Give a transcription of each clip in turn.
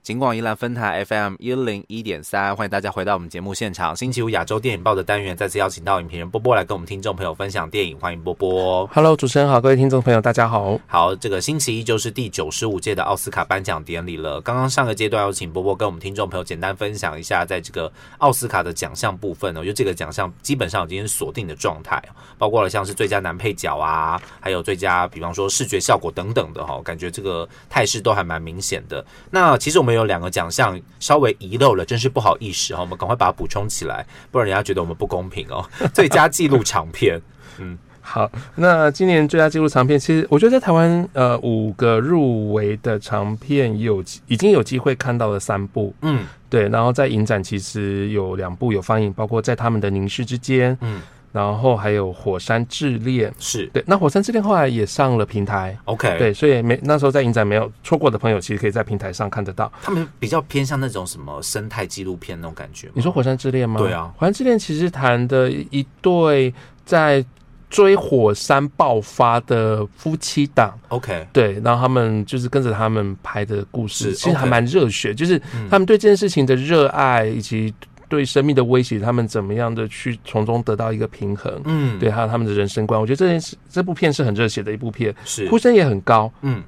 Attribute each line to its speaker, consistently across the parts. Speaker 1: 尽管宜兰分台 FM 一零一点三，欢迎大家回到我们节目现场。星期五亚洲电影报的单元，再次邀请到影评人波波来跟我们听众朋友分享电影，欢迎波波。
Speaker 2: Hello，主持人好，各位听众朋友，大家好。
Speaker 1: 好，这个星期一就是第九十五届的奥斯卡颁奖典礼了。刚刚上个阶段有请波波跟我们听众朋友简单分享一下，在这个奥斯卡的奖项部分呢、哦，因为这个奖项基本上已经是锁定的状态，哦包括了像是最佳男配角啊，还有最佳比方说视觉效果等等的哈、哦，感觉这个态势都还蛮明显的。那其实我们有两个奖项稍微遗漏了，真是不好意思哈、哦，我们赶快把它补充起来，不然人家觉得我们不公平哦。 最佳纪录长片，嗯。
Speaker 2: 好，那今年最佳纪录长片，其实我觉得在台湾，呃，五个入围的长片有已经有机会看到了三部，
Speaker 1: 嗯，
Speaker 2: 对，然后在影展其实有两部有放映，包括在他们的凝视之间，
Speaker 1: 嗯，
Speaker 2: 然后还有火山炽烈，
Speaker 1: 是
Speaker 2: 对，那火山炽烈后来也上了平台
Speaker 1: ，OK，
Speaker 2: 对，所以没那时候在影展没有错过的朋友，其实可以在平台上看得到。
Speaker 1: 他们比较偏向那种什么生态纪录片那种感觉。
Speaker 2: 你说火山之恋吗？
Speaker 1: 对啊，
Speaker 2: 火山之恋其实谈的一对在。追火山爆发的夫妻档
Speaker 1: ，OK，
Speaker 2: 对，然后他们就是跟着他们拍的故事，
Speaker 1: 是
Speaker 2: 其实还
Speaker 1: OK
Speaker 2: 蛮热血，就是
Speaker 1: 嗯
Speaker 2: 他们对这件事情的热爱以及对生命的威胁，他们怎么样的去从中得到一个平衡，
Speaker 1: 嗯，
Speaker 2: 对，，还有他们的人生观，我觉得这件事这部片是很热血的一部片，
Speaker 1: 是
Speaker 2: 呼，声也很高。
Speaker 1: 嗯，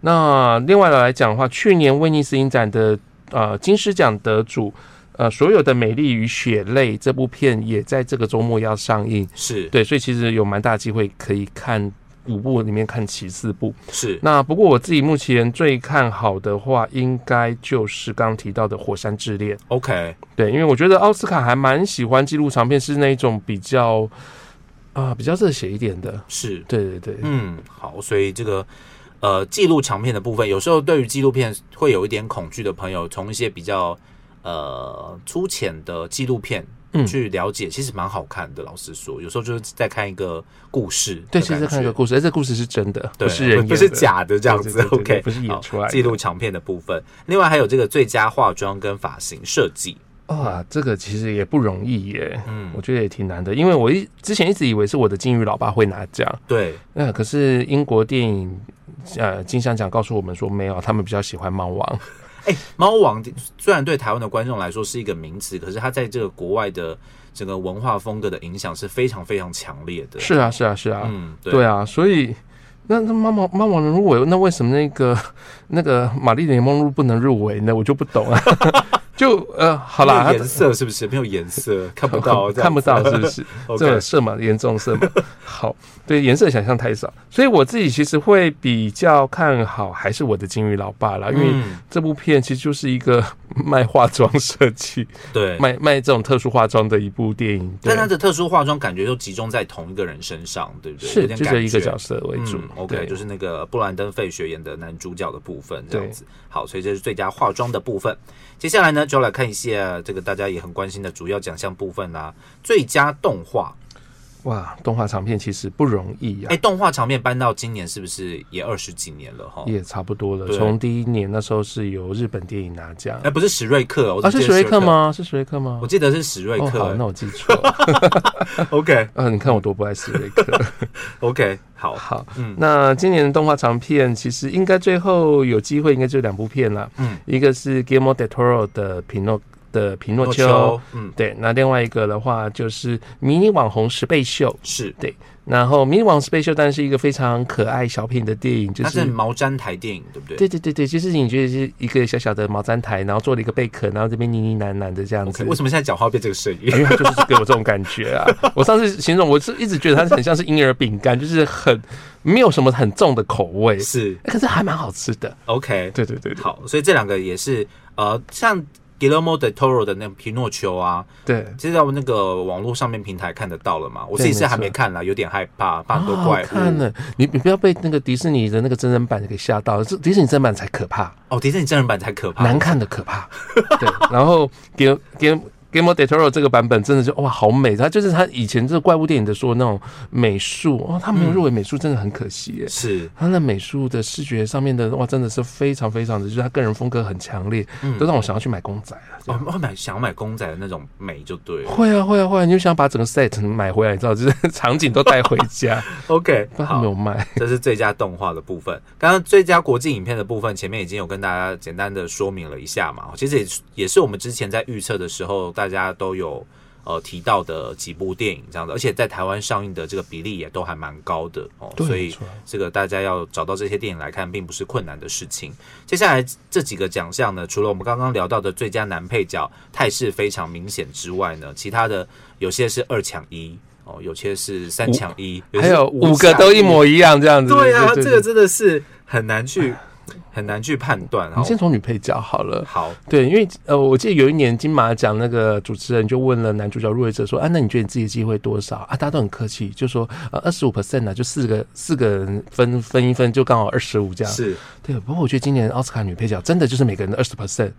Speaker 2: 那另外来讲的话，去年威尼斯影展的呃金狮奖得主。呃，所有的美丽与血泪这部片也在这个周末要上映，
Speaker 1: 是，
Speaker 2: 对，所以其实有蛮大机会可以看五部里面看其四部。
Speaker 1: 是，
Speaker 2: 那不过我自己目前最看好的话，应该就是刚刚提到的《火山之恋》。
Speaker 1: OK，
Speaker 2: 对，因为我觉得奥斯卡还蛮喜欢纪录长片，是那一种比较啊、比较热血一点的。
Speaker 1: 是，
Speaker 2: 对对对，
Speaker 1: 嗯，好，所以这个呃纪录长片的部分，有时候对于纪录片会有一点恐惧的朋友，从一些比较呃粗浅的纪录片
Speaker 2: 嗯
Speaker 1: 去了解，其实蛮好看的。老实说，有时候就是在看一个故事，
Speaker 2: 对，其实看一个。故事，哎、这故事是真的，
Speaker 1: 对，
Speaker 2: 不是人演
Speaker 1: 不
Speaker 2: 的，
Speaker 1: 是假的这样子
Speaker 2: 对对对对
Speaker 1: ，OK，
Speaker 2: 不是演出来
Speaker 1: 好
Speaker 2: 的
Speaker 1: 记录长片的部分，另外还有这个最佳化妆跟发型设计，
Speaker 2: 啊，这个其实也不容易耶。
Speaker 1: 嗯
Speaker 2: 我，觉得也挺难的，因为我一之前一直以为是我的金鱼老爸会拿奖，
Speaker 1: 对，
Speaker 2: 那、可是英国电影呃金像奖告诉我们说没有，他们比较喜欢猫王。
Speaker 1: 哎、猫王虽然对台湾的观众来说是一个名词，可是它在这个国外的整个文化风格的影响是非常非常强烈的。，
Speaker 2: 是啊，是啊，是啊，
Speaker 1: 嗯，对，
Speaker 2: 对啊，所以那那猫王猫王如果有那为什么那个 那个玛丽莲梦露不能入围呢？我就不懂啊。 就呃，好啦，
Speaker 1: 没有
Speaker 2: 它
Speaker 1: 颜色是不是没有颜 色，看不到，
Speaker 2: 看不到是不
Speaker 1: 是
Speaker 2: 是？这
Speaker 1: ？OK，
Speaker 2: 种色嘛，严重色嘛。 好，对颜色想象太少，所以我自己其实会比较看好还是我的金鱼老爸啦，因为
Speaker 1: 嗯，
Speaker 2: 这部片其实就是一个 卖化妆设计、
Speaker 1: 对。
Speaker 2: 卖卖这种特殊化妆的一部电影。对
Speaker 1: 但它的特殊化妆感觉都集中在同一个人身上，对不对？
Speaker 2: 是
Speaker 1: 有
Speaker 2: 就
Speaker 1: 点
Speaker 2: 这
Speaker 1: 感觉
Speaker 2: 一个角色为主。
Speaker 1: 嗯、OK，
Speaker 2: 对
Speaker 1: 就是那个布兰登·费雪演的男主角的部分，这样
Speaker 2: 对
Speaker 1: 子。好，所以这是最佳化妆的部分。接下来呢，就来看一下这个大家也很关心的主要奖项部分啦、最佳动画。
Speaker 2: 哇，动画长片其实不容易呀、啊
Speaker 1: 哎、动画场面搬到今年是不是也二十几年了哈？哎、
Speaker 2: 也差不多了。
Speaker 1: 对
Speaker 2: 从第一年那时候是由日本电影拿奖，
Speaker 1: 哎不是史瑞克，哦我怎么
Speaker 2: 啊，是
Speaker 1: 记
Speaker 2: 史
Speaker 1: 得
Speaker 2: 瑞克？吗？是史瑞克吗
Speaker 1: 我？记得是史瑞
Speaker 2: 哦，
Speaker 1: 克、哎
Speaker 2: 好，那我记错了。
Speaker 1: OK
Speaker 2: 呃，你看我多不爱史瑞克。
Speaker 1: OK，好，
Speaker 2: 好，
Speaker 1: 嗯
Speaker 2: 那今年的动画长片其实应该最后有机会，应该就两部片了。
Speaker 1: 嗯，
Speaker 2: 一个是 Guillermo del Toro 的《匹诺的匹诺
Speaker 1: 诺
Speaker 2: 丘》，
Speaker 1: 丘，嗯，
Speaker 2: 对，那另外一个的话就是迷你网红十倍秀。
Speaker 1: 是，
Speaker 2: 然后迷你网红十倍秀当然是一个非常可爱小品的电影，就
Speaker 1: 它
Speaker 2: 是
Speaker 1: 是毛毡台电影，对不对？
Speaker 2: 对对对对，就是你觉得是一个小小的毛毡台，然后做了一个贝壳，然后这边呢呢喃喃的这样子
Speaker 1: OK，为。什么现在讲话变这个声音
Speaker 2: 因？为它就是给我这种感觉啊！ 我上次形容，我是一直觉得它是很像是婴儿饼干，就是很没有什么很重的口 味，
Speaker 1: 是
Speaker 2: 欸可是还蛮好吃的。
Speaker 1: OK，
Speaker 2: 对对对对
Speaker 1: 好，所以这两个也是呃，像 Guillermo del Toro 的那个《皮诺丘》啊，
Speaker 2: 对，
Speaker 1: 这在那个网络上面平台看得到了嘛？我自己
Speaker 2: 对
Speaker 1: 是还
Speaker 2: 没错
Speaker 1: 没看啦，有点害怕，怕很多
Speaker 2: 好好
Speaker 1: 怪
Speaker 2: 哦看
Speaker 1: 物。
Speaker 2: 呢。你你不要被那个迪士尼的那个真人版给吓到，这迪士尼真人版才可怕，
Speaker 1: 哦，迪士尼真人版才可怕。
Speaker 2: 难看的可怕。对，然后给给。 Game of d e t o r o 这个版本真的就哇好美，它就是它以前这个怪物电影的说那种美术哦，它没有入围美术真的很可惜耶。
Speaker 1: 是，
Speaker 2: 它的美术的视觉上面的哇，真的是非常非常的，就是他个人风格很强烈，都让我想要去买公仔了。这
Speaker 1: 哦我
Speaker 2: 样
Speaker 1: 会买想要买公仔的那种美就对了。
Speaker 2: 会啊会啊会啊！你就想把整个 set 买回来，你知道，就是 场景都带回 家，
Speaker 1: OK，
Speaker 2: 但他
Speaker 1: 好
Speaker 2: 没。有卖。
Speaker 1: 这是最佳动画的部分。刚刚最佳国际影片的部分，前面已经有跟大家简单的说明了一下嘛。其实也是也是我们之前在预测的时候，大家都有呃提到的几部电影这样的，而且在台湾上映的这个比例也都还蛮高的哦。
Speaker 2: 对
Speaker 1: 所
Speaker 2: 没
Speaker 1: 以
Speaker 2: 错
Speaker 1: 这个大家要找到这些电影来看，并不是困难的事情。接下来这几个奖项呢，除了我们刚刚聊到的最佳男配角态势非常明显之外呢，其他的有些是二抢一。哦，有些是三
Speaker 2: 五
Speaker 1: 抢一，些
Speaker 2: 还有
Speaker 1: 是
Speaker 2: 五个都一
Speaker 1: 抢
Speaker 2: 模一样，这样子。
Speaker 1: 对啊，
Speaker 2: 对
Speaker 1: 这个真的是很难去很难去判断
Speaker 2: 我
Speaker 1: 啊
Speaker 2: 们。先从女配角好了。
Speaker 1: 好，
Speaker 2: 对，因为呃，我记得有一年金马奖那个主持人就问了男主角入围者说啊，那你觉得你自己的机会多少啊？大家都很客气，就说呃二十五 percent 呢，就四个四个人分分一分，就刚好二十五这样。
Speaker 1: 是
Speaker 2: 对，不过我觉得今年奥斯卡女配角真的就是每个人的二十 percent，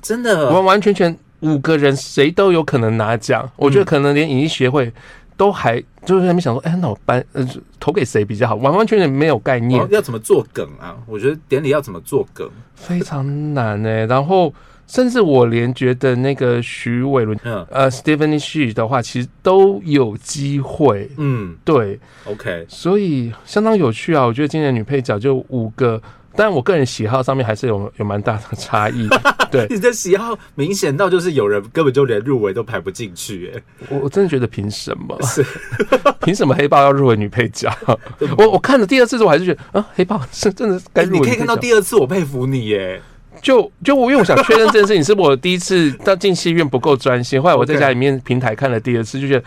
Speaker 1: 真的哦
Speaker 2: 完完全全五个人谁都有可能拿奖。我
Speaker 1: 嗯
Speaker 2: 觉得可能连影艺协会都还就是还没想说，哎，那我颁呃投给谁比较好？完完全全没有概念
Speaker 1: 哦。要怎么做梗啊？我觉得典礼要怎么做梗？
Speaker 2: 非常难呢、然后，甚至我连觉得那个徐伟伦，
Speaker 1: 嗯
Speaker 2: 呃，Stephanie She 的话，其实都有机会。
Speaker 1: 嗯
Speaker 2: 对，
Speaker 1: ，OK，
Speaker 2: 所以相当有趣啊！我觉得今年的女配角就五个，但我个人喜好上面还是有有蛮大的差 异。对
Speaker 1: 你的喜好明显到就是有人根本就连入围都排不进去，哎，
Speaker 2: 我我真的觉得凭什么？ 凭什么黑豹要入围女配 角？我我看了第二次之后，我还是觉得啊，黑豹是真的该
Speaker 1: 哎
Speaker 2: 入
Speaker 1: 你
Speaker 2: 围女配角。
Speaker 1: 可以看到第二次，我佩服你哎耶。
Speaker 2: 就就我因为我想确认这件事情，是我第一次到进戏院不够专心，后来我在
Speaker 1: OK
Speaker 2: 家里面平台看了第二次，就觉得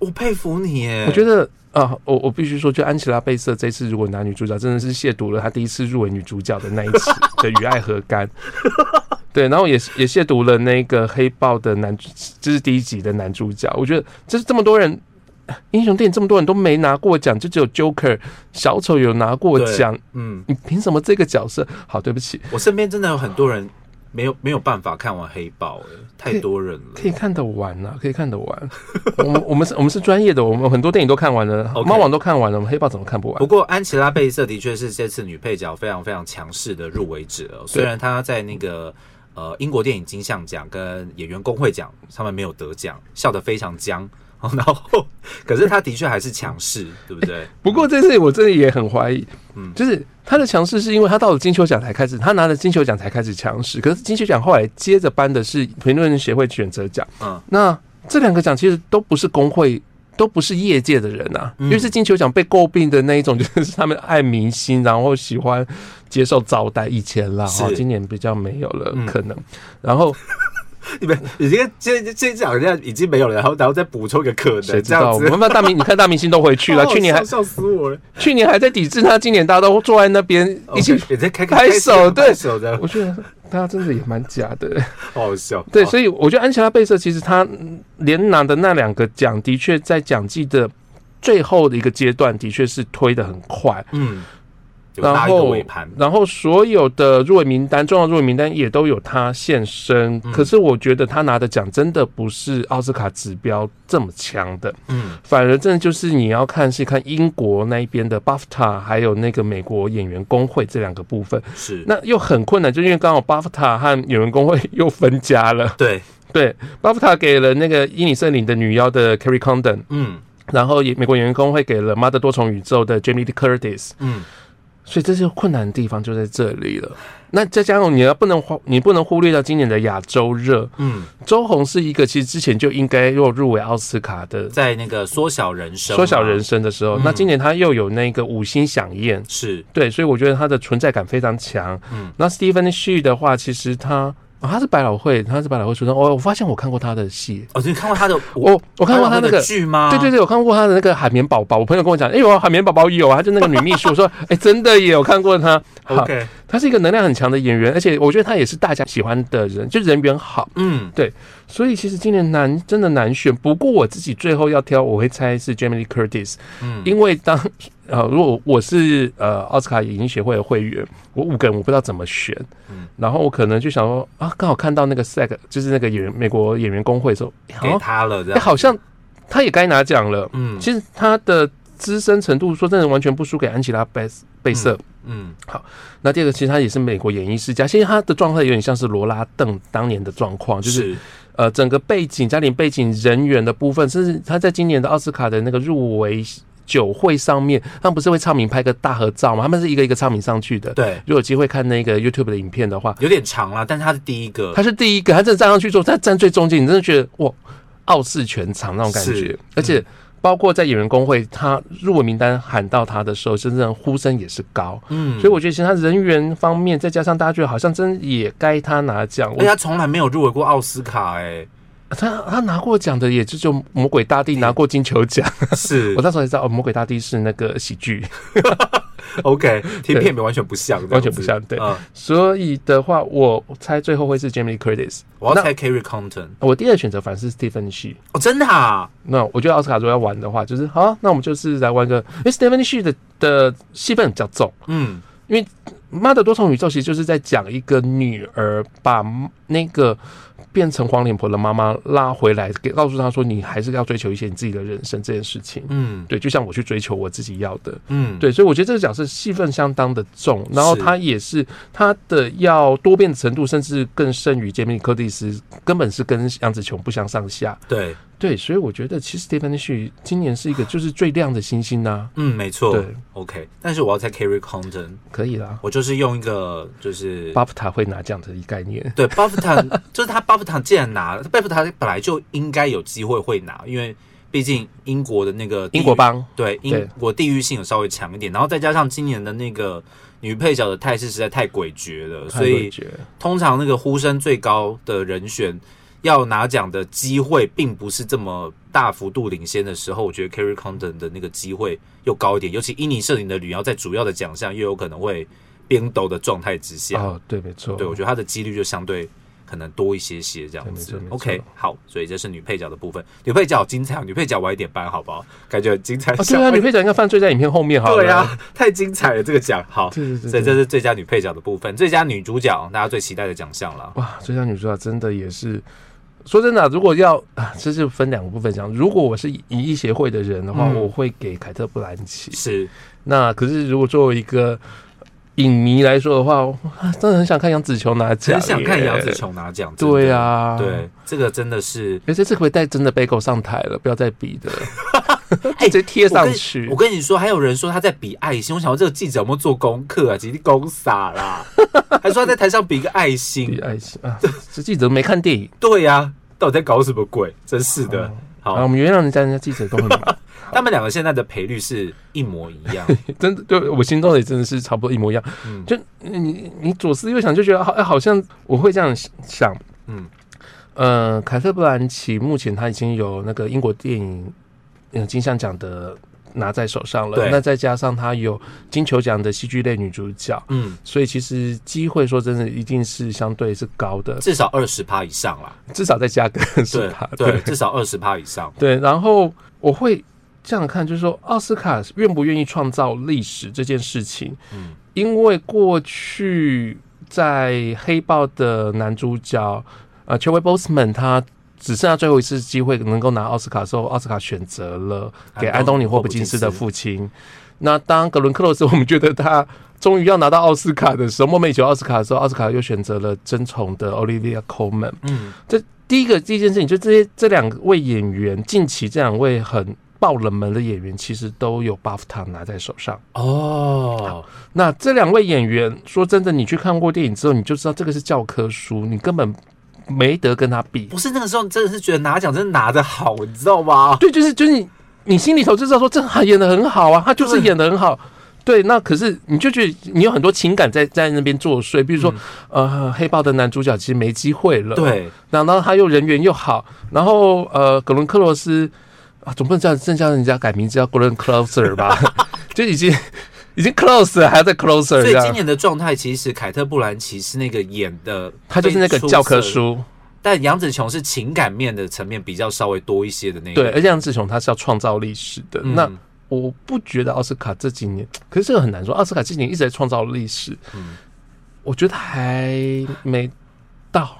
Speaker 1: 我佩服你哎耶！
Speaker 2: 我觉得啊，我我必须说，就安琪拉贝瑟这次如果拿女主角，真的是亵渎了她第一次入围女主角的那一次的《与爱何干》。对，然后也也亵渎了那个黑豹的男主，这是第一集的男主角。我觉得这是这么多人。英雄电影这么多人都没拿过奖，就只有 Joker 小丑有拿过
Speaker 1: 对
Speaker 2: 奖，
Speaker 1: 嗯，
Speaker 2: 你凭什么这个角色？好，对不起，
Speaker 1: 我身边真的有很多人没有没有办法看完黑豹，哎，太多人了
Speaker 2: 可。以看得完啊，可以看得完。 我们我们是我们是专业的，我们很多电影都看完了，
Speaker 1: OK 哦
Speaker 2: 猫王都看完了，我们黑豹怎么看不完
Speaker 1: 不？过安琪拉贝瑟的确是这次女配角非常非常强势的入围者哦，虽然她在那个呃英国电影金像奖跟演员工会奖上面没有得奖，笑得非常僵。哦然后，可是她的确还是强势，对不对？
Speaker 2: 哎不过这次我真的也很怀疑，
Speaker 1: 嗯
Speaker 2: 就是他的强势是因为他到了金球奖才开始，他拿了金球奖才开始强势，可是金球奖后来接着颁的是评论人协会选择奖，
Speaker 1: 嗯，
Speaker 2: 那这两个奖其实都不是工会。都不是业界的人啊，
Speaker 1: 嗯
Speaker 2: 因为是金球奖被诟病的那一种，就是他们爱明星，然后喜欢接受招待。以前啦，
Speaker 1: 是
Speaker 2: 哦，今年比较没有了，
Speaker 1: 嗯
Speaker 2: 可能。然后
Speaker 1: 你们已经这这这讲人家已经没有了，然后然后再补充一个可
Speaker 2: 谁
Speaker 1: 能，
Speaker 2: 知
Speaker 1: 这
Speaker 2: 道？
Speaker 1: 样
Speaker 2: 我
Speaker 1: 子
Speaker 2: 们把大明，你看大明星都回去了，
Speaker 1: 哦
Speaker 2: 去年还
Speaker 1: 笑笑死我了。
Speaker 2: 去年还在抵制他，今年大家都坐在那边一起
Speaker 1: OK，。也在开
Speaker 2: 拍手对
Speaker 1: 拍手的，
Speaker 2: 我觉得大家真的也蛮假 的，
Speaker 1: 好好笑。
Speaker 2: 对，
Speaker 1: 好
Speaker 2: 所以我觉得安琪拉贝瑟其实她嗯连拿的那两个奖，的确在奖季的最后的一个阶段，的确是推的很快，
Speaker 1: 嗯，有
Speaker 2: 然
Speaker 1: 拉一个
Speaker 2: 后
Speaker 1: 尾盘，
Speaker 2: 然后所有的入围名单，重要入围名单也都有她现身。
Speaker 1: 嗯
Speaker 2: 可是我觉得她拿的奖真的不是奥斯卡指标这么强的，
Speaker 1: 嗯
Speaker 2: 反而真的就是你要看是看英国那一边的 BAFTA，还有那个美国演员工会这两个部分，
Speaker 1: 是，
Speaker 2: 那又很困难，就因为刚好 BAFTA 和演员工会又分家了。
Speaker 1: 对，
Speaker 2: 对，BAFTA 给了那个伊尼森林的女妖的 Carrie Condon，
Speaker 1: 嗯
Speaker 2: 然后也美国演员工会给了《妈的多重宇宙》的 Jamie Lee Curtis，
Speaker 1: 嗯，
Speaker 2: 所以这些困难的地方就在这里了。那再加上你要不能忽你不能忽略掉今年的亚洲热，
Speaker 1: 嗯，
Speaker 2: 周红是一个其实之前就应该又入围奥斯卡的
Speaker 1: 在那个缩小人生嘛，
Speaker 2: 缩小人生的时候，
Speaker 1: 嗯
Speaker 2: 那今年他又有那个五星响宴，
Speaker 1: 是，
Speaker 2: 对，所以我觉得他的存在感非常强。
Speaker 1: 嗯
Speaker 2: 那 Stephen She 的话，其实他、哦、他是百老汇，他是百老汇出身。哦，我发现我看过他的戏，
Speaker 1: 哦，你看过他的舞
Speaker 2: 我我看过他那
Speaker 1: 还有
Speaker 2: 个。
Speaker 1: 剧吗？
Speaker 2: 对对对，我看过他的那个海绵宝宝，我朋友跟我讲，哎、呦，海绵宝宝有啊，他就那个女秘书，我说， 哎、真的耶，我看过他。好，
Speaker 1: ，OK，
Speaker 2: 他是一个能量很强的演员，而且我觉得他也是大家喜欢的人，就人缘好。
Speaker 1: 嗯，
Speaker 2: 所以其实今年难，真的难选。不过我自己最后要挑，我会猜是 Jamie Lee Curtis，
Speaker 1: 嗯
Speaker 2: 因为当呃，如果我是呃奥斯卡影星协会的会员，我五个人我不知道怎么选，
Speaker 1: 嗯
Speaker 2: 然后我可能就想说啊，刚好看到那个 SAG，就是那个演员美国演员工会的时候，哎好
Speaker 1: 给
Speaker 2: 像、
Speaker 1: 他了，这
Speaker 2: 哎
Speaker 1: 样
Speaker 2: 好像他也该拿奖了。
Speaker 1: 嗯
Speaker 2: 其实他的资深程度，说真的，完全不输给安吉拉贝斯贝瑟。
Speaker 1: 嗯
Speaker 2: 那第二个，其实他也是美国演艺世家，其实他的状态有点像是罗拉邓当年的状况，就是
Speaker 1: 是
Speaker 2: 呃，整个背景、家庭背景、人员的部分，甚至他在今年的奥斯卡的那个入围酒会上面，他们不是会唱名拍个大合照吗？他们是一个一个唱名上去的。
Speaker 1: 对，
Speaker 2: 如果有机会看那个 YouTube 的影片的话，
Speaker 1: 有点长啦，但是他是第一个，
Speaker 2: 他是第一个，他真的站上去之后，他站最中间，你真的觉得哇，傲视全场那种感觉
Speaker 1: 是，嗯
Speaker 2: 而且。包括在演员工会，他入围名单喊到他的时候，真正呼声也是高，
Speaker 1: 嗯，
Speaker 2: 所以我觉得其实他人员方面，再加上大家觉得好像真也该他拿奖。 我
Speaker 1: 而且哎他从来没有入围过奥斯卡、欸，
Speaker 2: 他他拿过奖的也就就《魔鬼大帝》拿过金球奖，
Speaker 1: 哎，是
Speaker 2: 我那时候才知道哦，《魔鬼大帝》是那个喜剧，
Speaker 1: OK，听片名完全不像，这样子
Speaker 2: 完全不像对
Speaker 1: 嗯，
Speaker 2: 所以的话，我猜最后会是 Jamie Lee Curtis。
Speaker 1: 我要
Speaker 2: 那
Speaker 1: 猜 Carry Compton，
Speaker 2: 我第二选择反而是 Stephen She。
Speaker 1: 哦，真的啊，
Speaker 2: 那我觉得奥斯卡如果要玩的话，就是好、啊，那我们就是来玩个，因为 Stephen She 的的戏份比较重，
Speaker 1: 嗯，
Speaker 2: 《妈的多重宇宙》其实就是在讲一个女儿把那个变成黄脸婆的妈妈拉回来，给告诉她说，你还是要追求一些你自己的人生这件事情。
Speaker 1: 嗯
Speaker 2: 对，就像我去追求我自己要的，
Speaker 1: 嗯，
Speaker 2: 对，所以我觉得这个角色戏份相当的重，然后
Speaker 1: 是
Speaker 2: 他也是他的要多变的程度，甚至更胜于杰米·柯蒂斯，根本是跟杨紫琼不相上下。
Speaker 1: 对，
Speaker 2: 对，所以我觉得其实 Stephen Xu 今年是一个就是最亮的星星呐、
Speaker 1: 嗯，没错
Speaker 2: 对
Speaker 1: ，OK，但是我要猜 Carry Compton，
Speaker 2: 可以啦。
Speaker 1: 我就是用一个就是。
Speaker 2: 巴夫塔会拿奖的一概念，
Speaker 1: 对 b u f f t o n 就是他 b u f f t o n 既然拿了 b u f f t o n 本来就应该有机会会拿，因为毕竟英国的那个地
Speaker 2: 英
Speaker 1: 域
Speaker 2: 国帮
Speaker 1: 对
Speaker 2: 对
Speaker 1: 英国地域性有稍微强一点，然后再加上今年的那个女配角的态势实在太诡谲了，所以
Speaker 2: 觉得
Speaker 1: 通常那个呼声最高的人选要拿奖的机会，并不是这么大幅度领先的时候，我觉得 Carry Condon 的那个机会又高一点，尤其伊尼摄影的女妖在主要的奖项又有可能会冰斗的状态之下，
Speaker 2: 哦，对，没错，
Speaker 1: 对我觉得她的几率就相对。可能多一些些这样
Speaker 2: 对
Speaker 1: 子
Speaker 2: 没错没
Speaker 1: ，OK，
Speaker 2: 错
Speaker 1: 好，所以这是女配角的部分。女配角好精彩哦，女配角晚一点搬好不好？感觉很精彩。
Speaker 2: 哦，对啊，女配角应该犯罪在影片后面好了，
Speaker 1: 对啊，太精彩了这个奖。好，
Speaker 2: 对对对
Speaker 1: 所以
Speaker 2: 对
Speaker 1: 这是最佳女配角的部分，最佳女主角大家最期待的奖项了。
Speaker 2: 哇，最佳女主角真的也是，说真的啊、如果要啊，这是分两个部分讲。如果我是影艺协会的人的话，
Speaker 1: 嗯
Speaker 2: 我会给凯特·布兰奇。
Speaker 1: 是，
Speaker 2: 那可是如果作为一个影迷来说的话，哇真的很想看杨紫琼拿奖，
Speaker 1: 很想看杨紫。琼拿奖。真的
Speaker 2: 对，啊，
Speaker 1: 对，这个真的是
Speaker 2: 而且这可不可以带真的被狗上台了？不要再 比的，直接贴上去
Speaker 1: 我。跟你说，还有人说他在比爱心，我想说这个记者有没有做功课啊？几地公傻啦，还说他在台上比个爱
Speaker 2: 比
Speaker 1: 心。
Speaker 2: 爱情啊，这记者没看电影，
Speaker 1: 对呀、到底在搞什么鬼？真是的。
Speaker 2: 啊，我
Speaker 1: 好，
Speaker 2: 们原谅人家，人家记者都很忙，
Speaker 1: 他们两个现在的赔率是一模一 样。
Speaker 2: 真的，对我心中的也真的是差不多一模一样。
Speaker 1: 嗯，
Speaker 2: 就你你左思右想，就觉得好，哎好像我会这样想。
Speaker 1: 嗯，
Speaker 2: 呃，凯特·布兰奇目前他已经有那个英国电影呃金像奖的拿在手上了，
Speaker 1: 对
Speaker 2: 那再加上她有金球奖的戏剧类女主角，
Speaker 1: 嗯，
Speaker 2: 所以其实机会说真的一定是相对是高的，
Speaker 1: 至少二十趴以上啦。
Speaker 2: 至少再加个是
Speaker 1: 对
Speaker 2: 她
Speaker 1: 对，至少二十趴以上。
Speaker 2: 对，然后我会这样看，就是说奥斯卡愿不愿意创造历史这件事情，
Speaker 1: 嗯
Speaker 2: 因为过去在《黑豹》的男主角呃 c h e w i Boseman 他。只剩下最后一次机会能够拿奥斯卡的时候，奥斯卡选择了 给安东尼·霍普金斯的父亲。那当格伦·克洛斯，我 们觉得他终于要拿到奥斯卡的时候，梦寐以求奥斯卡的时候，奥斯卡又选择了争宠的 Olivia Colman。
Speaker 1: 嗯，
Speaker 2: 这第一个第一件事情，就这些这两位演员，近期这两位很爆冷门的演员，其实都有 BAFTA 拿在手上。
Speaker 1: 哦，
Speaker 2: 那这两位演员，说真的，你去看过电影之后，你就知道这个是教科书，你根本没得跟他比。
Speaker 1: 不是那个时候真的是觉得拿奖真的拿的好，你知道吗？
Speaker 2: 对，就是就是你，你心里头就知道说，这他演的很好啊，他就是演的很好。对，那可是你就觉得你有很多情感在在那边作祟，比如说，呃，黑豹的男主角其实没机会了。
Speaker 1: 对，
Speaker 2: 然后他又人缘又好，然后呃，格伦克洛斯啊，总不能叫正叫人家改名字叫格伦 closer 吧？就已经已经 close 了，还要再 closer
Speaker 1: 所
Speaker 2: 这
Speaker 1: 以今
Speaker 2: 样，
Speaker 1: 年的状态其实凯特·布兰奇是那个演的，
Speaker 2: 他就是那个教科，书，
Speaker 1: 但杨紫琼是情感面的层面比较稍微多一些的那个。
Speaker 2: 对，而且杨志雄他是要创造历史的，
Speaker 1: 嗯
Speaker 2: 那我不觉得奥斯卡这几年，可是这个很难说。奥斯卡这几年一直在创造历史，
Speaker 1: 嗯
Speaker 2: 我觉得还没到。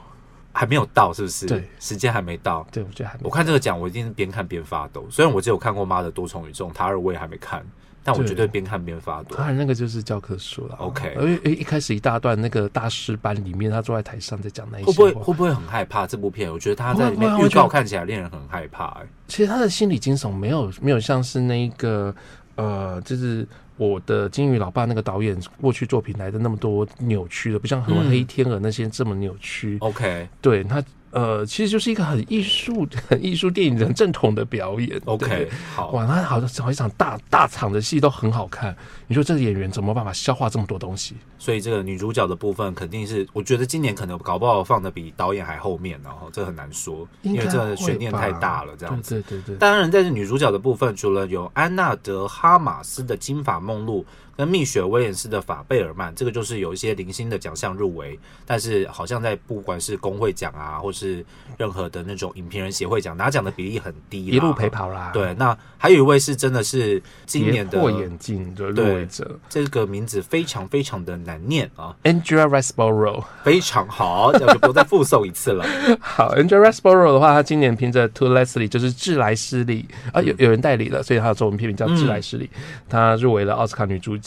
Speaker 1: 还没有到，是不是？
Speaker 2: 对，
Speaker 1: 时间还没到。
Speaker 2: 对，我觉得还没
Speaker 1: 我。看这个奖，我一定是边看边发抖。虽然我只有看过《妈的多重宇宙》，塔尔我也还没看，但我
Speaker 2: 对
Speaker 1: 绝对边看边发抖。
Speaker 2: 当然，那个就是教科书了。
Speaker 1: OK
Speaker 2: 因为因为一开始一大段那个大师班里面，他坐在台上在讲那一
Speaker 1: 会
Speaker 2: 些
Speaker 1: 不会
Speaker 2: 话
Speaker 1: 会不会很害怕这部片？我觉得他
Speaker 2: 不会
Speaker 1: 在里面
Speaker 2: 不会
Speaker 1: 预
Speaker 2: 我觉
Speaker 1: 告
Speaker 2: 得
Speaker 1: 看起来令人很害怕、欸。
Speaker 2: 其实他的心理惊悚没有没有像是那个呃，就是我的金鱼老爸那个导演过去作品来的那么多扭曲的，不像很
Speaker 1: 嗯
Speaker 2: 黑天鹅那些这么扭曲。
Speaker 1: OK
Speaker 2: 对他呃，其实就是一个很艺术、 很艺术电影的很正统的表演。对
Speaker 1: OK，好，
Speaker 2: 哇，他好像好一场大大场的戏都很好看。你说这个演员怎么有办法消化这么多东西？
Speaker 1: 所以这个女主角的部分肯定是，我觉得今年可能搞不好放的比导演还后面、哦，然后这很难说，因
Speaker 2: 应
Speaker 1: 为
Speaker 2: 该
Speaker 1: 这个悬
Speaker 2: 会
Speaker 1: 念
Speaker 2: 吧
Speaker 1: 太大了，这样子。
Speaker 2: 对对对对，
Speaker 1: 当然，在这女主角的部分，除了有安娜德哈马斯的金发梦露跟蜜雪威廉斯的法贝尔曼，这个就是有一些零星的奖项入围，但是好像在不管是工会奖啊，或是任何的那种影评人协会奖，拿奖的比例很低啦，
Speaker 2: 一路陪跑啦。，
Speaker 1: 啊对，那还有一位是真的是今
Speaker 2: 跌
Speaker 1: 年的
Speaker 2: 破眼镜的入围者
Speaker 1: 这个名字非常非常的难念啊，
Speaker 2: Angela Riseborough。
Speaker 1: 非常好，这样就不再复诵一次了。
Speaker 2: 好，Angela Riseborough 的话，她今年凭着 To Leslie 就是致莱斯利啊，有
Speaker 1: 嗯
Speaker 2: 有人代理了，所以她的中文片名叫致莱斯利，她入围了奥斯卡女主角。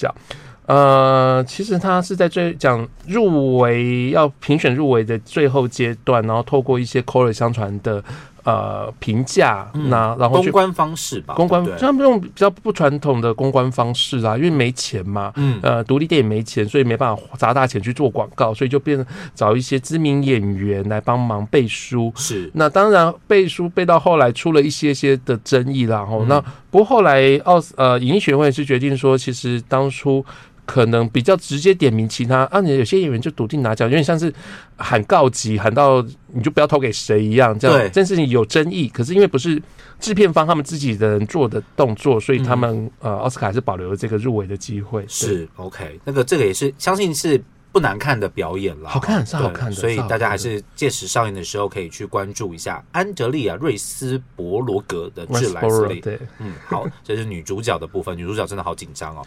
Speaker 2: 呃，其实她是在最讲入围要评选入围的最后阶段，然后透过一些口耳相传的呃评价，那、 然
Speaker 1: 嗯
Speaker 2: 后
Speaker 1: 公
Speaker 2: 去
Speaker 1: 关方式吧，
Speaker 2: 公关，
Speaker 1: 对不对
Speaker 2: 像这种比较不传统的公关方式啊，因为没钱嘛，
Speaker 1: 嗯
Speaker 2: 呃，独立电影没钱，所以没办法砸大钱去做广告，所以就变找一些知名演员来帮忙背书。
Speaker 1: 是
Speaker 2: 那当然，背书背到后来出了一些些的争议啦。吼、
Speaker 1: 嗯
Speaker 2: 那不过后来奥斯呃影艺学会是决定说，其实当初可能比较直接点名其他，啊，你有些演员就笃定拿奖，有点像是喊告急，喊到你就不要投给谁一样。这样
Speaker 1: 对
Speaker 2: 这件事情有争议，可是因为不是制片方他们自己的人做的动作，所以他们、呃奥斯卡还是保留了这个入围的机会。对，
Speaker 1: 是 OK，那个这个也是相信是不难看的表演啦，
Speaker 2: 好看是
Speaker 1: 对
Speaker 2: 好看的
Speaker 1: 所以
Speaker 2: 是好
Speaker 1: 大家
Speaker 2: 看
Speaker 1: 还
Speaker 2: 的
Speaker 1: 是届时上映的时候可以去关注一下安德利亚·瑞斯伯罗格的《致
Speaker 2: Westboro，
Speaker 1: 莱斯利》。
Speaker 2: 对。
Speaker 1: 嗯，好，这是女主角的部分，女主角真的好紧张哦。